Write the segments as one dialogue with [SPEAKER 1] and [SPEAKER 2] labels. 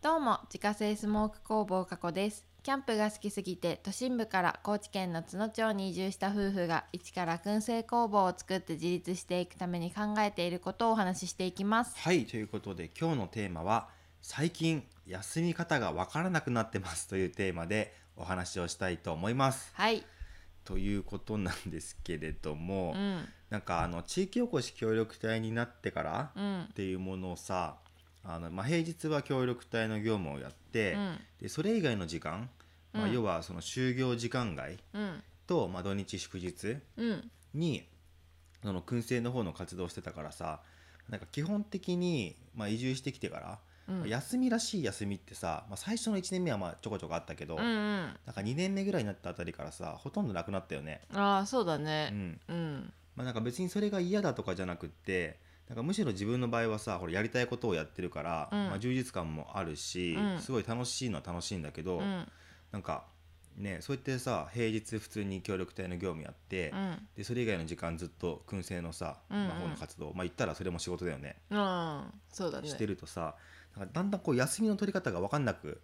[SPEAKER 1] どうも自家製スモーク工房加古ですキャンプが好きすぎて都心部から高知県の津野町に移住した夫婦が一から燻製工房を作って自立していくために考えていることをお話ししていきます
[SPEAKER 2] はいということで今日のテーマは「最近休み方がわからなくなってます」というテーマでお話をしたいと思います。
[SPEAKER 1] はい
[SPEAKER 2] ということなんですけれども、
[SPEAKER 1] うん
[SPEAKER 2] なんかあの地域おこし協力隊になってから
[SPEAKER 1] う
[SPEAKER 2] っ
[SPEAKER 1] ん
[SPEAKER 2] ていうものをさあの、まあ、平日は協力隊の業務をやって、
[SPEAKER 1] うん
[SPEAKER 2] でそれ以外の時間、まあ、
[SPEAKER 1] うん
[SPEAKER 2] 要はその就業時間外
[SPEAKER 1] うん
[SPEAKER 2] と、まあ、土日祝日
[SPEAKER 1] うん
[SPEAKER 2] にその燻製の方の活動をしてたからさなんか基本的に、まあ、移住してきてか
[SPEAKER 1] うん
[SPEAKER 2] ら、休みらしい休みってさ、まあ、最初の1年目はまあちょこちょこあったけど、
[SPEAKER 1] うんうん
[SPEAKER 2] なんか2年目ぐらいになったあたりからさほとんどなくなったよね。
[SPEAKER 1] ああそうだ
[SPEAKER 2] う
[SPEAKER 1] ね
[SPEAKER 2] ん
[SPEAKER 1] うん
[SPEAKER 2] まあ、なんか別にそれが嫌だとかじゃなくってなんかむしろ自分の場合はさほらやりたいことをやってるから、
[SPEAKER 1] うん
[SPEAKER 2] まあ、充実感もあるし、
[SPEAKER 1] うん
[SPEAKER 2] すごい楽しいのは楽しいんだけど、
[SPEAKER 1] うん
[SPEAKER 2] なんかねそうやってさ平日普通に協力隊の業務やって、
[SPEAKER 1] うん
[SPEAKER 2] でそれ以外の時間ずっと燻製のさ、
[SPEAKER 1] うんうん
[SPEAKER 2] 魔法の活動まあ言ったらそれも仕事だよね
[SPEAKER 1] うんそうだね
[SPEAKER 2] してるとさなんかだんだんこう休みの取り方が分かんなく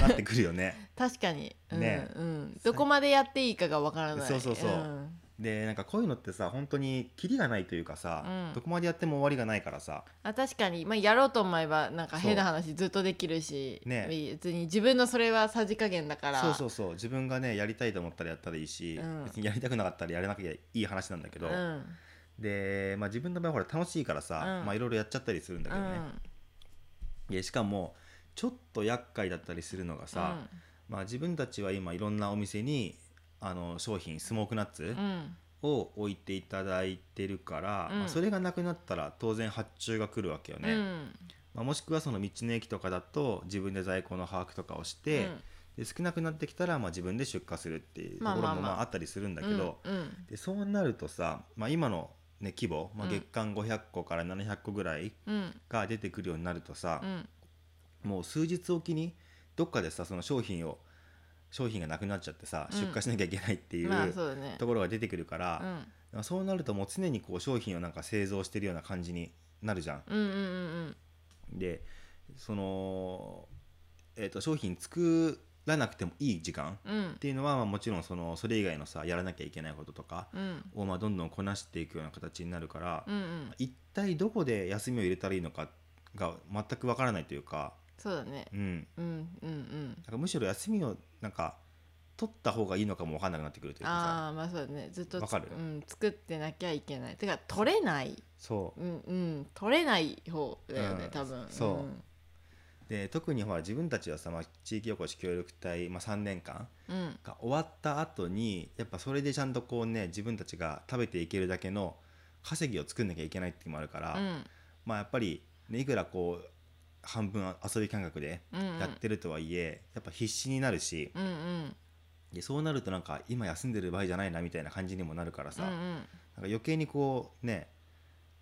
[SPEAKER 2] なってくるよ ね
[SPEAKER 1] 確かに、うん
[SPEAKER 2] ね
[SPEAKER 1] うん、どこまでやっていいかがわからない
[SPEAKER 2] そうそうそう
[SPEAKER 1] うん
[SPEAKER 2] でなんかこういうのってさ本当にキリがないというかさ、
[SPEAKER 1] うん
[SPEAKER 2] どこまでやっても終わりがないからさ
[SPEAKER 1] あ確かに、まあ、やろうと思えばなんか変な話ずっとできるし、
[SPEAKER 2] ね
[SPEAKER 1] 別に自分のそれはさじ加減だから
[SPEAKER 2] そうそうそう自分がねやりたいと思ったらやったらいいし、
[SPEAKER 1] うん
[SPEAKER 2] 別にやりたくなかったらやらなきゃいい話なんだけど、
[SPEAKER 1] うん
[SPEAKER 2] で、まあ、自分の場合はほら楽しいからさ、
[SPEAKER 1] うん
[SPEAKER 2] まあいろいろやっちゃったりするんだけどね、でしかもちょっと厄介だったりするのがさ、まあ、自分たちは今いろんなお店にあの商品スモークナッツ
[SPEAKER 1] うんうん
[SPEAKER 2] を置いていただいてるから、
[SPEAKER 1] うん
[SPEAKER 2] まあそれがなくなったら当然発注が来るわけよね、
[SPEAKER 1] うん
[SPEAKER 2] まあ、もしくはその道の駅とかだと自分で在庫の把握とかをして、で少なくなってきたらまあ自分で出荷するっていうところも
[SPEAKER 1] まあまあまあ
[SPEAKER 2] まああったりするんだ
[SPEAKER 1] だ
[SPEAKER 2] けど、
[SPEAKER 1] うん
[SPEAKER 2] でそうなるとさ、まあ、今の、ね、規模、まあ、
[SPEAKER 1] うん
[SPEAKER 2] 月間500個から700個ぐらい
[SPEAKER 1] うんうん
[SPEAKER 2] が出てくるようになるとさ
[SPEAKER 1] う、ん
[SPEAKER 2] もう数日おきにどっかでさその商品を商品がなくなっちゃってさ、
[SPEAKER 1] うん
[SPEAKER 2] 出荷しなきゃいけないっていう,、
[SPEAKER 1] まあそうだね
[SPEAKER 2] ところが出てくるから
[SPEAKER 1] う、ん
[SPEAKER 2] まあそうなるともう常にこう商品をなんか製造してるような感じになるじゃん。
[SPEAKER 1] うんうんうん
[SPEAKER 2] でその、えー、と商品作らなくてもいい時間
[SPEAKER 1] うんうん
[SPEAKER 2] っていうのは、まあ、もちろんそのそれ以外のさやらなきゃいけないこととか
[SPEAKER 1] うん
[SPEAKER 2] をまあどんどんこなしていくような形になるから、
[SPEAKER 1] うんうん
[SPEAKER 2] 一体どこで休みを入れたらいいのかが全くわからないというか、
[SPEAKER 1] そうだね
[SPEAKER 2] うん、
[SPEAKER 1] うんうんうん
[SPEAKER 2] なんかむしろ休みをなんか取った方がいいのかも分かんなくなってくるというかさ
[SPEAKER 1] ああまあそうだねずっとつ
[SPEAKER 2] わかる
[SPEAKER 1] うん、作ってなきゃいけないてか取れない
[SPEAKER 2] そう
[SPEAKER 1] うんうん取れない方だよね、
[SPEAKER 2] うん
[SPEAKER 1] 多分
[SPEAKER 2] そう
[SPEAKER 1] うん
[SPEAKER 2] で特にほら自分たちはさ、まあ、地域おこし協力隊、まあ、3年間
[SPEAKER 1] うん
[SPEAKER 2] が終わった後にやっぱそれでちゃんとこうね自分たちが食べていけるだけの稼ぎを作んなきゃいけないっていうのもあるから、
[SPEAKER 1] うん
[SPEAKER 2] まあやっぱり、ね、いくらこう半分遊び感覚で
[SPEAKER 1] うんうん
[SPEAKER 2] やってるとはいえ、やっぱ必死になるし
[SPEAKER 1] うんうん
[SPEAKER 2] でそうなるとなんか今休んでる場合じゃないなみたいな感じにもなるからさ、
[SPEAKER 1] うんう
[SPEAKER 2] なんか
[SPEAKER 1] ん
[SPEAKER 2] 余計にこうね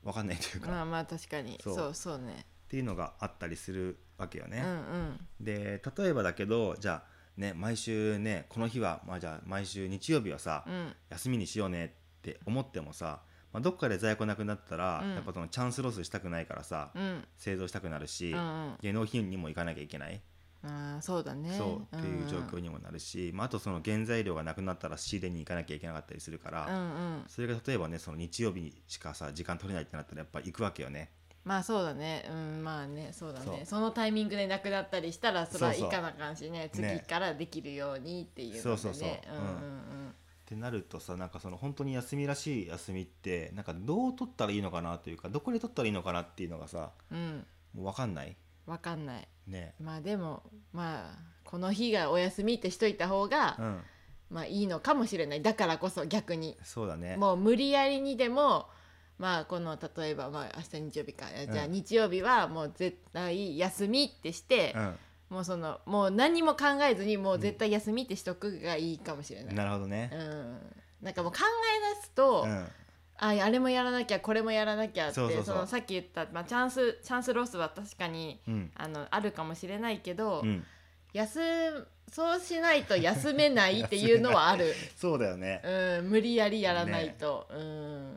[SPEAKER 2] 分かんないというか、
[SPEAKER 1] まあまあ確かにそ
[SPEAKER 2] そうう
[SPEAKER 1] そうね
[SPEAKER 2] っていうのがあったりするわけよ
[SPEAKER 1] うんう
[SPEAKER 2] ね。
[SPEAKER 1] ん
[SPEAKER 2] で例えばだけどじゃあね毎週ねこの日は、まあ、じゃあ毎週日曜日はさ、
[SPEAKER 1] うん
[SPEAKER 2] 休みにしようねって思ってもさ、まあ、どっかで在庫なくなったら、
[SPEAKER 1] うん
[SPEAKER 2] やっぱそのチャンスロスしたくないからさ、
[SPEAKER 1] うん
[SPEAKER 2] 製造したくなるし、
[SPEAKER 1] うんうん
[SPEAKER 2] 芸能品にも行かなきゃいけない、
[SPEAKER 1] あーそうだね
[SPEAKER 2] そうっていう状況
[SPEAKER 1] に
[SPEAKER 2] にもなるし、まあ、あとその原材料がなくなったら仕入れに行かなきゃいけなかったりするか
[SPEAKER 1] う
[SPEAKER 2] ら、
[SPEAKER 1] んうん
[SPEAKER 2] それが例えばねその日曜日にしかさ時間取れないってなったらやっぱ行くわけよね。
[SPEAKER 1] まあそうだねうんまあねそうだね
[SPEAKER 2] そ
[SPEAKER 1] そうのタイミングでなくなったりしたらそれは
[SPEAKER 2] そう
[SPEAKER 1] い
[SPEAKER 2] そう
[SPEAKER 1] かなあかんしね
[SPEAKER 2] ね
[SPEAKER 1] 次からできるようにっていうのでね
[SPEAKER 2] そうそうそう
[SPEAKER 1] うんうん
[SPEAKER 2] ってなるとさなんかその本当に休みらしい休みってなんかどう取ったらいいのかなというかどこで取ったらいいのかなっていうのがさ
[SPEAKER 1] うんうん
[SPEAKER 2] もう分かんない
[SPEAKER 1] わかんない
[SPEAKER 2] ね
[SPEAKER 1] まあでもまあこの日がお休みってしといた方が、
[SPEAKER 2] うん
[SPEAKER 1] まあいいのかもしれないだからこそ逆に
[SPEAKER 2] そうだね
[SPEAKER 1] もう無理やりにでもまあこの例えばまあ明日日曜日か
[SPEAKER 2] ん
[SPEAKER 1] じゃあ日曜日はもう絶対休みってして
[SPEAKER 2] う、ん
[SPEAKER 1] もうそのもう何も考えずにもう絶対休みってしとくがいいかもしれない。
[SPEAKER 2] なるほどね
[SPEAKER 1] う、んなんかもう考え出すと、
[SPEAKER 2] うん、
[SPEAKER 1] ああれもやらなきゃこれもやらなきゃって
[SPEAKER 2] そうそうそう
[SPEAKER 1] のさっき言った、まあ、チャンスチャンスロスは確かに
[SPEAKER 2] うん
[SPEAKER 1] あのあるかもしれないけど、
[SPEAKER 2] うん
[SPEAKER 1] 休そうしないと休めないっていうのはあ る、
[SPEAKER 2] そうだよね、
[SPEAKER 1] うん、無理やりやらないと、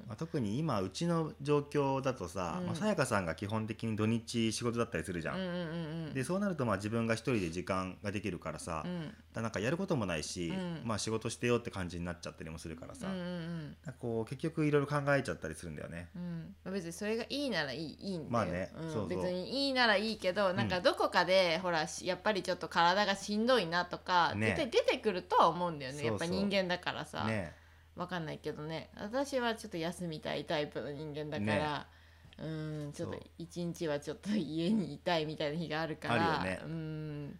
[SPEAKER 2] まあ、特に今うちの状況だとさ
[SPEAKER 1] うん
[SPEAKER 2] まあさやかさんが基本的に土日仕事だったりするじゃ
[SPEAKER 1] うんうん
[SPEAKER 2] ん、
[SPEAKER 1] うんうん
[SPEAKER 2] でそうなるとまあ自分が一人で時間ができるから
[SPEAKER 1] う
[SPEAKER 2] さ、だか
[SPEAKER 1] ん
[SPEAKER 2] らなんかやることもないし、
[SPEAKER 1] うん
[SPEAKER 2] まあ仕事してよって感じになっちゃったりもするからさ、
[SPEAKER 1] うんうん
[SPEAKER 2] なんかこう結局いろいろ考えちゃったりするんだよね
[SPEAKER 1] うんうん、別にそれがいいならいいいいんだよ、
[SPEAKER 2] まあね
[SPEAKER 1] うん、
[SPEAKER 2] そうそう
[SPEAKER 1] 別にいいならいいけどなんかどこかで、ほらしやっぱりちょっと体がしんどいなとか、
[SPEAKER 2] ね
[SPEAKER 1] 出て出てくるとは思うんだよね
[SPEAKER 2] そうそう
[SPEAKER 1] やっぱ人間だからさ、
[SPEAKER 2] ね
[SPEAKER 1] わかんないけどね私はちょっと休みたいタイプの人間だから、うーんちょっと
[SPEAKER 2] そう
[SPEAKER 1] 一日はちょっと家にいたいみたいな日があるから
[SPEAKER 2] あるよね
[SPEAKER 1] うーん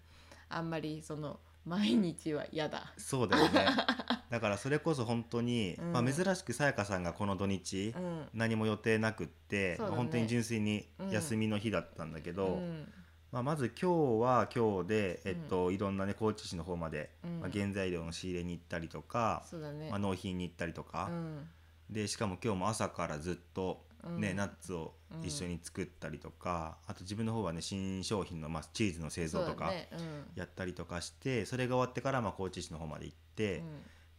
[SPEAKER 1] あんまりその毎日は嫌だ。
[SPEAKER 2] そうだよね だからそれこそ本当に、
[SPEAKER 1] うん
[SPEAKER 2] まあ、珍しくさやかさんがこの土日、
[SPEAKER 1] うん
[SPEAKER 2] 何も予定なくって、
[SPEAKER 1] そうだね
[SPEAKER 2] 本当に純粋に休みの日だったんだけど、
[SPEAKER 1] うん
[SPEAKER 2] まあ、まず今日は今日で、えっといろんなね高知市の方まで、
[SPEAKER 1] うん
[SPEAKER 2] まあ、原材料の仕入れに行ったりとか、
[SPEAKER 1] そうだね
[SPEAKER 2] まあ、納品に行ったりと
[SPEAKER 1] う
[SPEAKER 2] か、
[SPEAKER 1] ん
[SPEAKER 2] でしかも今日も朝からずっと、ね
[SPEAKER 1] うん
[SPEAKER 2] ナッツを一緒に作ったりとか、あと自分の方はね新商品の、まあ、チーズの製造と
[SPEAKER 1] そうだ
[SPEAKER 2] か
[SPEAKER 1] ねうん
[SPEAKER 2] やったりとかしてそ,、れが終わってから、まあ、高知市の方まで行って、
[SPEAKER 1] うん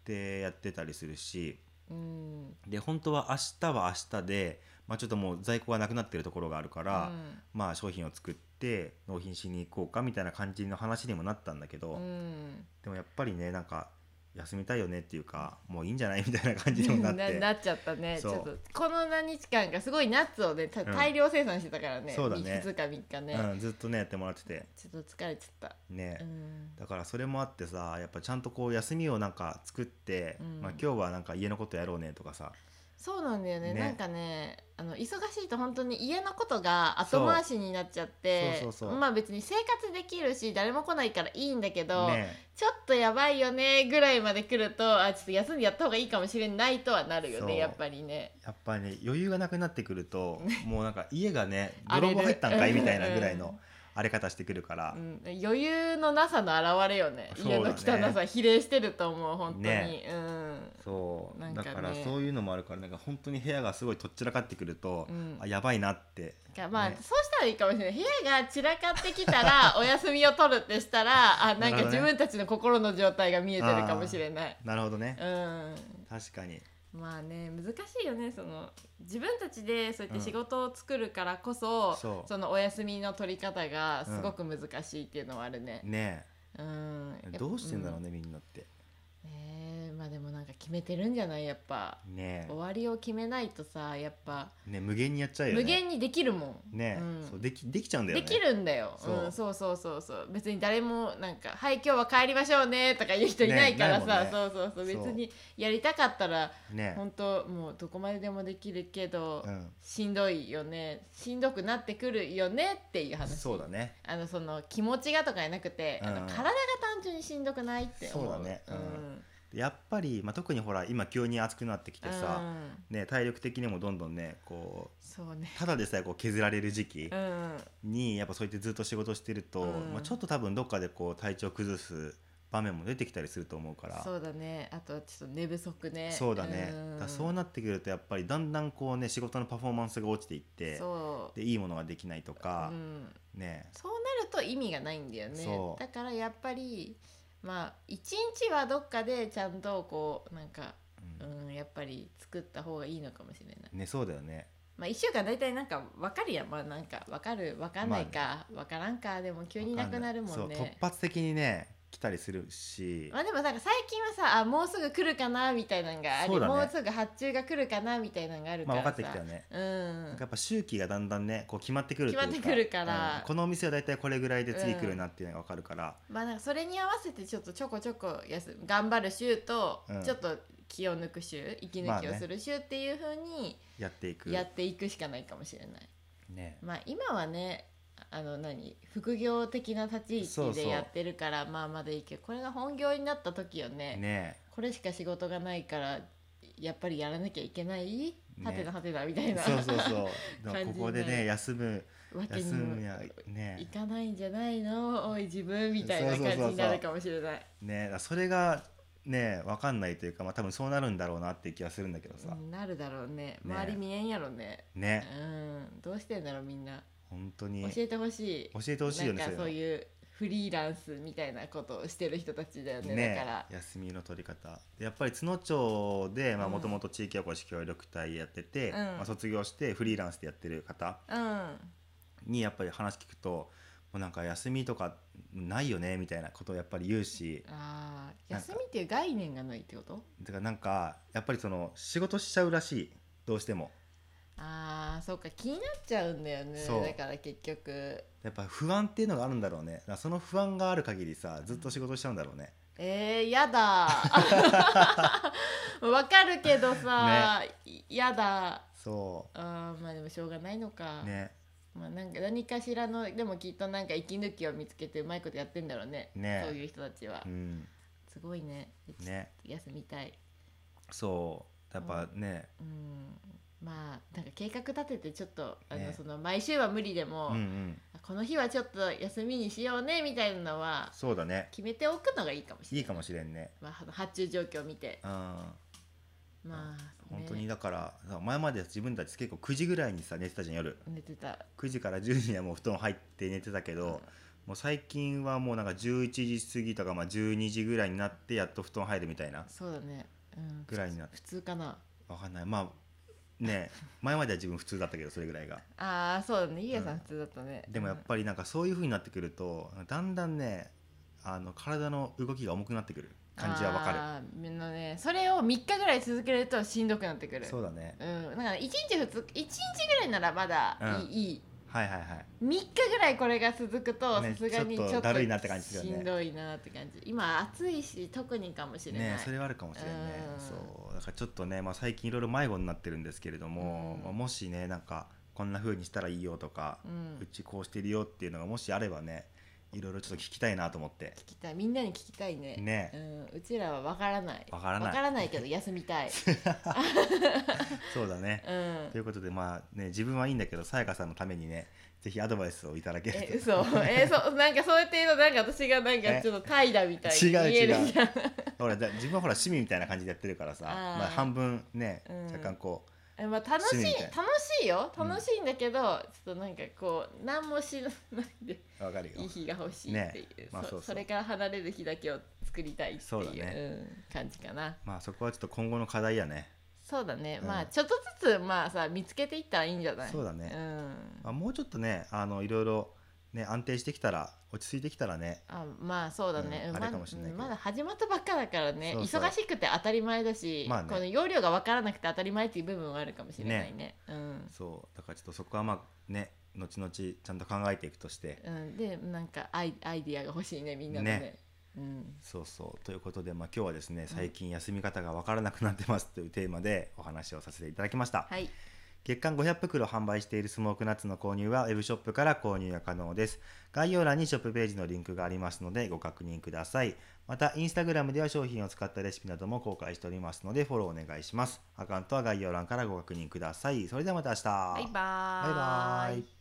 [SPEAKER 2] でやってたりするし。
[SPEAKER 1] うん
[SPEAKER 2] で本当は明日は明日で、まあ、ちょっともう在庫がなくなってるところがあるから、まあ商品を作って納品しに行こうかみたいな感じの話にもなったんだけ
[SPEAKER 1] う
[SPEAKER 2] ど、
[SPEAKER 1] んうん
[SPEAKER 2] でもやっぱりねなんか休みたいよねっていうかもういいんじゃないみたいな感じにもなって
[SPEAKER 1] なっちゃったねち
[SPEAKER 2] そう
[SPEAKER 1] ょっとこの何日間かすごいナッツをねた
[SPEAKER 2] うん
[SPEAKER 1] 大量生産してたからね,、
[SPEAKER 2] そうだね
[SPEAKER 1] 2日3日ね、
[SPEAKER 2] うん、ずっとねやってもらってて
[SPEAKER 1] ちょっと疲れちゃった、
[SPEAKER 2] ね、
[SPEAKER 1] うん
[SPEAKER 2] だからそれもあってさやっぱちゃんとこう休みをなんか作って、
[SPEAKER 1] うん
[SPEAKER 2] まあ、今日はなんか家のことやろうねとかさ
[SPEAKER 1] そうなんだよね
[SPEAKER 2] ね
[SPEAKER 1] なんかねあの忙しいと本当に家のことが後回しになっちゃって
[SPEAKER 2] そうそうそうそう
[SPEAKER 1] まあ別に生活できるし誰も来ないからいいんだけど、
[SPEAKER 2] ね
[SPEAKER 1] ちょっとやばいよねぐらいまで来るとあちょっと休んでやった方がいいかもしれないとはなるよ
[SPEAKER 2] そ
[SPEAKER 1] ね
[SPEAKER 2] う
[SPEAKER 1] やっぱりね。
[SPEAKER 2] やっぱりね余裕がなくなってくるともうなんか家がね
[SPEAKER 1] 荒れ
[SPEAKER 2] 泥
[SPEAKER 1] る
[SPEAKER 2] 棒入ったんかいみたいなぐらいうの
[SPEAKER 1] ん
[SPEAKER 2] 荒れ方してくるから
[SPEAKER 1] う、ん、余裕のなさの表れよね
[SPEAKER 2] そうだ
[SPEAKER 1] 家
[SPEAKER 2] ね
[SPEAKER 1] の汚さ比例してると思う本当に、
[SPEAKER 2] ね
[SPEAKER 1] うん
[SPEAKER 2] そう
[SPEAKER 1] なんか
[SPEAKER 2] だ
[SPEAKER 1] ね
[SPEAKER 2] からそういうのもあるからなんか本当に部屋がすごいとっちらかってくると、
[SPEAKER 1] うん
[SPEAKER 2] あやばいなって
[SPEAKER 1] かまあ、
[SPEAKER 2] ね
[SPEAKER 1] そうしたらいいかもしれない部屋が散らかってきた らお休みを取るってしたらあなん
[SPEAKER 2] な
[SPEAKER 1] か
[SPEAKER 2] るほど
[SPEAKER 1] 自
[SPEAKER 2] ね
[SPEAKER 1] 分たちの心の状態が見えてるかもしれない、
[SPEAKER 2] なるほどね、
[SPEAKER 1] うん
[SPEAKER 2] 確かに
[SPEAKER 1] まあね難しいよねその自分たちでそうやって仕事を作るからこそ、
[SPEAKER 2] うんそう
[SPEAKER 1] そのお休みの取り方がすごく難しいっていうのはあるね、
[SPEAKER 2] ね
[SPEAKER 1] うん
[SPEAKER 2] えどうしてんだろうね、みんなって
[SPEAKER 1] うんねえまあでもなんか決めてるんじゃないやっぱ
[SPEAKER 2] ね
[SPEAKER 1] 終わりを決めないとさやっぱ
[SPEAKER 2] えね無限にやっちゃうよね
[SPEAKER 1] 無限にできるもん、
[SPEAKER 2] ねえ、
[SPEAKER 1] うん
[SPEAKER 2] そうできできちゃうんだよ
[SPEAKER 1] で
[SPEAKER 2] ね
[SPEAKER 1] きるんだよ
[SPEAKER 2] そう
[SPEAKER 1] うん、そうそうそうそう別に誰もなんか「はい今日は帰りましょうね」とか言う人いないからさ、
[SPEAKER 2] ねないも
[SPEAKER 1] そうそうそう
[SPEAKER 2] そう
[SPEAKER 1] 別にやりたかったら
[SPEAKER 2] ね
[SPEAKER 1] 本当もうどこまででもできるけど、
[SPEAKER 2] え、うん、
[SPEAKER 1] しんどいよねしんどくなってくるよねっていう話
[SPEAKER 2] そうだね
[SPEAKER 1] あのその気持ちがとかじゃなくて、あ
[SPEAKER 2] う
[SPEAKER 1] の
[SPEAKER 2] ん
[SPEAKER 1] 体が単純にしんどくないって思う
[SPEAKER 2] そうだね
[SPEAKER 1] う
[SPEAKER 2] うんんやっぱり、まあ、特にほら今急に暑くなってきて
[SPEAKER 1] う
[SPEAKER 2] さ、
[SPEAKER 1] ん
[SPEAKER 2] ねえ、体力的にもどんどんねこ
[SPEAKER 1] そうね
[SPEAKER 2] うただでさえこう削られる時期
[SPEAKER 1] うん
[SPEAKER 2] にやっぱそうやってずっと仕事してると、
[SPEAKER 1] うん
[SPEAKER 2] まあ、ちょっと多分どっかでこう体調崩す場面も出てきたりすると思うから
[SPEAKER 1] そうだねあとちょっと寝不足ね
[SPEAKER 2] そうだね、
[SPEAKER 1] ん
[SPEAKER 2] だからそうなってくるとやっぱりだんだんこうね仕事のパフォーマンスが落ちていって
[SPEAKER 1] そう
[SPEAKER 2] でいいものができないとか
[SPEAKER 1] う、ん
[SPEAKER 2] ね
[SPEAKER 1] そうなると意味がないんだよね
[SPEAKER 2] そう
[SPEAKER 1] だからやっぱりまあ一日はどっかでちゃんとこうなんか、
[SPEAKER 2] う
[SPEAKER 1] うん、やっぱり作った方がいいのかもしれない、
[SPEAKER 2] ねそうだよね
[SPEAKER 1] まあ、1週間大体なんか分かるやんまあなんか分かる分かんないか、分からんかでも急になくなるもん
[SPEAKER 2] そう突
[SPEAKER 1] ね
[SPEAKER 2] 発的にね来たりするし、
[SPEAKER 1] まあでもなんか最近はさあもうすぐ来るかなみたいなのがあり、
[SPEAKER 2] そうだね
[SPEAKER 1] もうすぐ発注が来るかなみたいなのがあるか
[SPEAKER 2] まあ、
[SPEAKER 1] らさ
[SPEAKER 2] 分かってきたよね、
[SPEAKER 1] うん
[SPEAKER 2] なんかやっぱ周期がだんだんねこう決まってくるというか
[SPEAKER 1] 決まってくるから
[SPEAKER 2] うんこのお店は大体これぐらいで次来るなっていうのが分かるから、
[SPEAKER 1] まあなんかそれに合わせてちょっとちょこちょこ休む頑張る週と、
[SPEAKER 2] うん
[SPEAKER 1] ちょっと気を抜く週息抜きをする週っていう風に
[SPEAKER 2] やっていく
[SPEAKER 1] やっていくしかないかもしれない。
[SPEAKER 2] ね
[SPEAKER 1] まあ今はねあの何副業的な立ち位
[SPEAKER 2] そう
[SPEAKER 1] 置
[SPEAKER 2] そう
[SPEAKER 1] でやってるからまあまだいいけどこれが本業になった時よね
[SPEAKER 2] ね
[SPEAKER 1] これしか仕事がないからやっぱりやらなきゃいけない、
[SPEAKER 2] ね
[SPEAKER 1] はてなはてなみたいな
[SPEAKER 2] そうそうそう
[SPEAKER 1] 感じ
[SPEAKER 2] で
[SPEAKER 1] ない
[SPEAKER 2] もここでね休む
[SPEAKER 1] わけに
[SPEAKER 2] 休む
[SPEAKER 1] も
[SPEAKER 2] やね
[SPEAKER 1] いかないんじゃないのおい自分みたいな
[SPEAKER 2] そうそう
[SPEAKER 1] 感
[SPEAKER 2] そう
[SPEAKER 1] じ
[SPEAKER 2] そう
[SPEAKER 1] になるかもしれない。
[SPEAKER 2] ねだからそれがね分かんないというか、まあ、多分そうなるんだろうなっていう気がするんだけどさ、
[SPEAKER 1] うんなるだろうね
[SPEAKER 2] ね
[SPEAKER 1] 周り見えんやろね
[SPEAKER 2] ね
[SPEAKER 1] うんどうしてんだろうみんな
[SPEAKER 2] 本当に
[SPEAKER 1] 教えてほしい
[SPEAKER 2] 教えてほしいよね
[SPEAKER 1] なんかそう
[SPEAKER 2] う
[SPEAKER 1] いうフリーランスみたいなことをしてる人たちだよね
[SPEAKER 2] ね
[SPEAKER 1] だから
[SPEAKER 2] 休みの取り方やっぱり津野町で
[SPEAKER 1] うん
[SPEAKER 2] もともと地域おこし協力隊やってて、
[SPEAKER 1] うん
[SPEAKER 2] まあ、卒業してフリーランスでやってる方
[SPEAKER 1] うん
[SPEAKER 2] にやっぱり話聞くともうなんか休みとかないよねみたいなことをやっぱり言うし
[SPEAKER 1] あー
[SPEAKER 2] なんか
[SPEAKER 1] 休みっていう概念がないってこと
[SPEAKER 2] だからなんかやっぱりその仕事しちゃうらしいどうしても
[SPEAKER 1] あーそうか気になっちゃうんだよね
[SPEAKER 2] そう
[SPEAKER 1] だから結局
[SPEAKER 2] やっぱ不安っていうのがあるんだろうねだからその不安がある限りさずっと仕事しちゃうんだろうね、
[SPEAKER 1] えー、や だわかるけどさ、いやだ
[SPEAKER 2] そ
[SPEAKER 1] あーまあでもしょうがないのか、
[SPEAKER 2] うね
[SPEAKER 1] まあ、なんか何かしらのでもきっとなんか息抜きを見つけてうまいことやってんだろうね
[SPEAKER 2] ね
[SPEAKER 1] そういう人たちは、
[SPEAKER 2] うん
[SPEAKER 1] すごいね
[SPEAKER 2] ね
[SPEAKER 1] 休みたい
[SPEAKER 2] そうやっぱね、
[SPEAKER 1] うんまあなんか計画立ててちょっとあの、
[SPEAKER 2] ね
[SPEAKER 1] その毎週は無理でも、
[SPEAKER 2] うんうん
[SPEAKER 1] この日はちょっと休みにしようねみたいなのは
[SPEAKER 2] そうだね
[SPEAKER 1] 決めておくのがいいかもしれない
[SPEAKER 2] いいかもしれんね
[SPEAKER 1] まあ、あの発注状況を見て
[SPEAKER 2] うん
[SPEAKER 1] まあ、
[SPEAKER 2] 本当に
[SPEAKER 1] ね
[SPEAKER 2] だからさ前まで自分たち結構9時ぐらいにさ寝てたじゃん夜
[SPEAKER 1] 寝てた
[SPEAKER 2] 9時から10時にはもう布団入って寝てたけど、
[SPEAKER 1] うん
[SPEAKER 2] もう最近はもうなんか11時過ぎとか、まあ、12時ぐらいになってやっと布団入るみたいな
[SPEAKER 1] そうだね、うん、
[SPEAKER 2] ぐらいになって
[SPEAKER 1] 普通かな
[SPEAKER 2] わかんないまあね 前までは自分普通だったけどそれぐらいが
[SPEAKER 1] ああそうだねゆうやさ
[SPEAKER 2] うんん
[SPEAKER 1] 普通だったね、
[SPEAKER 2] でもやっぱりなんかそういう風になってくるとだんだんねあの体の動きが重くなってくる感じはわか
[SPEAKER 1] かるのねそれを3日ぐらい続けるとしんどくなってくる
[SPEAKER 2] るそうだね
[SPEAKER 1] うん、だから1日2日1日ぐらいならまだいい,、
[SPEAKER 2] うん
[SPEAKER 1] いい
[SPEAKER 2] はいはいはい
[SPEAKER 1] 3日ぐらいこれが続くとさ
[SPEAKER 2] ね
[SPEAKER 1] すがにち
[SPEAKER 2] ち
[SPEAKER 1] ょ
[SPEAKER 2] ょ
[SPEAKER 1] っ
[SPEAKER 2] っ
[SPEAKER 1] と
[SPEAKER 2] とだるいなって感じするよね
[SPEAKER 1] しんどいなって感じ今暑いし特にかもしれない、
[SPEAKER 2] ね、それはあるかもしれないね
[SPEAKER 1] うん
[SPEAKER 2] そうだからちょっとね、まあ、最近いろいろ迷子になってるんですけれども、
[SPEAKER 1] うん
[SPEAKER 2] まあもしねなんかこんな風にしたらいいよとか、
[SPEAKER 1] う、
[SPEAKER 2] うんちこうしてるよっていうのがもしあればねいろいろちょっと聞きたいなと思って
[SPEAKER 1] 聞きたいみんなに聞きたいね
[SPEAKER 2] ね
[SPEAKER 1] うん、うちらは分からない
[SPEAKER 2] わからない
[SPEAKER 1] わからないけど休み たい、
[SPEAKER 2] そうだね
[SPEAKER 1] う、ん
[SPEAKER 2] とい、うことでまあね自分はいいんだけどさやかさんのためにねぜひアドバイスをいただけ
[SPEAKER 1] え
[SPEAKER 2] る
[SPEAKER 1] 嘘えそうなんかそうやって言うとなんか私がなんか
[SPEAKER 2] ね
[SPEAKER 1] ちょっと怠惰みたい
[SPEAKER 2] 違
[SPEAKER 1] に見
[SPEAKER 2] う
[SPEAKER 1] えるじゃん
[SPEAKER 2] とほらだ自分はほら趣味みたいな感じでやってるからさ
[SPEAKER 1] あー
[SPEAKER 2] まあ、半分ね
[SPEAKER 1] うん
[SPEAKER 2] 若干こ
[SPEAKER 1] えまあ楽しい
[SPEAKER 2] 趣味
[SPEAKER 1] 楽
[SPEAKER 2] みたい
[SPEAKER 1] しいよ
[SPEAKER 2] うん
[SPEAKER 1] 楽しいんだけど、ちょっとなんかこう何もしないで
[SPEAKER 2] うわかるよ
[SPEAKER 1] いい日が欲しいっていう,、
[SPEAKER 2] ねまあ
[SPEAKER 1] そ
[SPEAKER 2] そうそう
[SPEAKER 1] それから離れる日だけを作りたいっていう
[SPEAKER 2] そうだね
[SPEAKER 1] うん感じかな
[SPEAKER 2] まあそこはちょっと今後の課題やね、
[SPEAKER 1] そうだね、
[SPEAKER 2] うん
[SPEAKER 1] まあちょっとずつまあさ見つけていったらいいんじゃない
[SPEAKER 2] そうだね
[SPEAKER 1] ん
[SPEAKER 2] まあ、もうちょっとねあのいろいろね安定してきたら落ち着いてきたらね
[SPEAKER 1] あまあそうだね、
[SPEAKER 2] うん
[SPEAKER 1] うん
[SPEAKER 2] あれかもしれないけど
[SPEAKER 1] まだまだ始まったばっかだからね
[SPEAKER 2] そうそう
[SPEAKER 1] 忙しくて当たり前だし、
[SPEAKER 2] まあね
[SPEAKER 1] この容量が分からなくて当たり前っていう部分はあるかもしれないねうん、
[SPEAKER 2] そうだからちょっとそこはまあね後々ちゃんと考えていくとして
[SPEAKER 1] うん、でなんかアイアイディアが欲しいねみんなのね
[SPEAKER 2] ね
[SPEAKER 1] うん、
[SPEAKER 2] そうそうということで、まあ、今日はですね最近休み方が分からなくなってますというテーマでお話をさせていただきました、
[SPEAKER 1] はい
[SPEAKER 2] 月間500袋販売しているスモークナッツの購入はウェブショップから購入が可能です概要欄にショップページのリンクがありますのでご確認くださいまたインスタグラムでは商品を使ったレシピなども公開しておりますのでフォローお願いしますアカウントは概要欄からご確認くださいそれではまた明日
[SPEAKER 1] バイバー
[SPEAKER 2] バイバーイ